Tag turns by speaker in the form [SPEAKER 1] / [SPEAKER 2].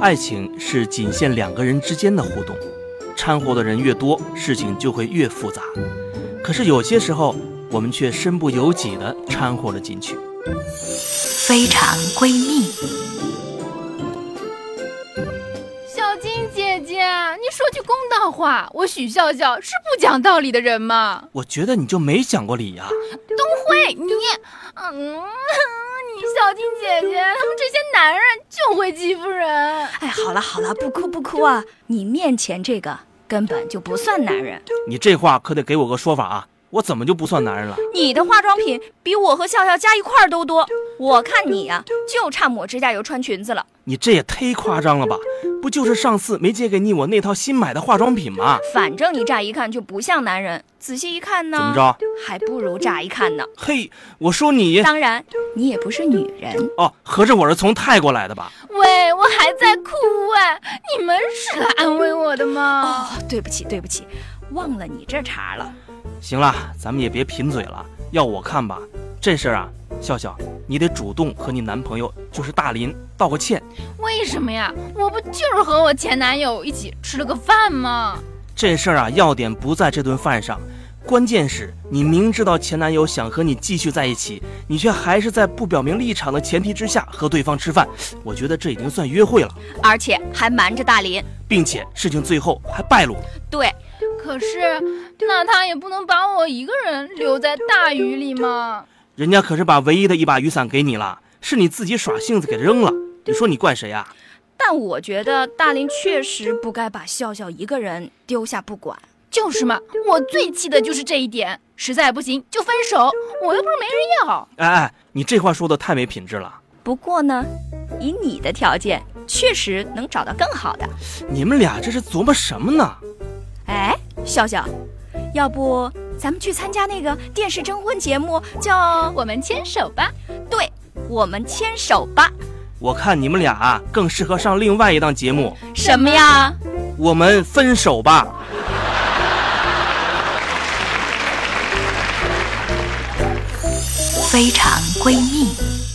[SPEAKER 1] 爱情是仅限两个人之间的互动，掺和的人越多，事情就会越复杂。可是有些时候，我们却身不由己地掺和了进去。
[SPEAKER 2] 非常闺蜜，
[SPEAKER 3] 小金姐姐，你说句公道话，我许笑笑是不讲道理的人吗？
[SPEAKER 1] 我觉得你就没讲过理呀、啊
[SPEAKER 3] 东辉，哎你，嗯，你小金姐姐，他们这些男人就会欺负人。
[SPEAKER 2] 哎，好了好了，不哭不哭啊！你面前这个根本就不算男人，
[SPEAKER 1] 你这话可得给我个说法啊！我怎么就不算男人了？
[SPEAKER 2] 你的化妆品比我和笑笑加一块儿都多。我看你呀、就差抹指甲油穿裙子了。
[SPEAKER 1] 你这也忒夸张了吧？不就是上次没借给你我那套新买的化妆品吗？
[SPEAKER 2] 反正你乍一看就不像男人，仔细一看呢，
[SPEAKER 1] 怎么着？
[SPEAKER 2] 还不如乍一看呢。
[SPEAKER 1] 嘿，我说你
[SPEAKER 2] 当然，你也不是女人。
[SPEAKER 1] 哦，合着我是从泰国来的吧？
[SPEAKER 3] 喂，我还在哭哎，你们是来安慰我的吗？
[SPEAKER 2] 哦，对不起对不起，忘了你这茬了。
[SPEAKER 1] 行了，咱们也别贫嘴了。要我看吧，这事儿啊，笑笑，你得主动和你男朋友，就是大林道个歉。
[SPEAKER 3] 为什么呀？我不就是和我前男友一起吃了个饭吗？
[SPEAKER 1] 这事儿啊，要点不在这顿饭上，关键是你明知道前男友想和你继续在一起，你却还是在不表明立场的前提之下和对方吃饭，我觉得这已经算约会了，
[SPEAKER 2] 而且还瞒着大林。
[SPEAKER 1] 并且事情最后还败露了。
[SPEAKER 2] 对，
[SPEAKER 3] 可是，那他也不能把我一个人留在大雨里吗？
[SPEAKER 1] 人家可是把唯一的一把雨伞给你了，是你自己耍性子给扔了。你说你怪谁啊？
[SPEAKER 2] 但我觉得大林确实不该把笑笑一个人丢下不管。
[SPEAKER 3] 就是嘛，我最气的就是这一点。实在不行就分手，我又不是没人要。
[SPEAKER 1] 哎哎，你这话说的太没品质了。
[SPEAKER 2] 不过呢，以你的条件，确实能找到更好的。
[SPEAKER 1] 你们俩这是琢磨什么呢？
[SPEAKER 2] 哎，笑笑，要不咱们去参加那个电视征婚节目，叫
[SPEAKER 3] 我们牵手吧。
[SPEAKER 2] 对，我们牵手吧。
[SPEAKER 1] 我看你们俩啊更适合上另外一档节目，
[SPEAKER 2] 什么呀？
[SPEAKER 1] 我们分手吧。
[SPEAKER 2] 非常闺蜜。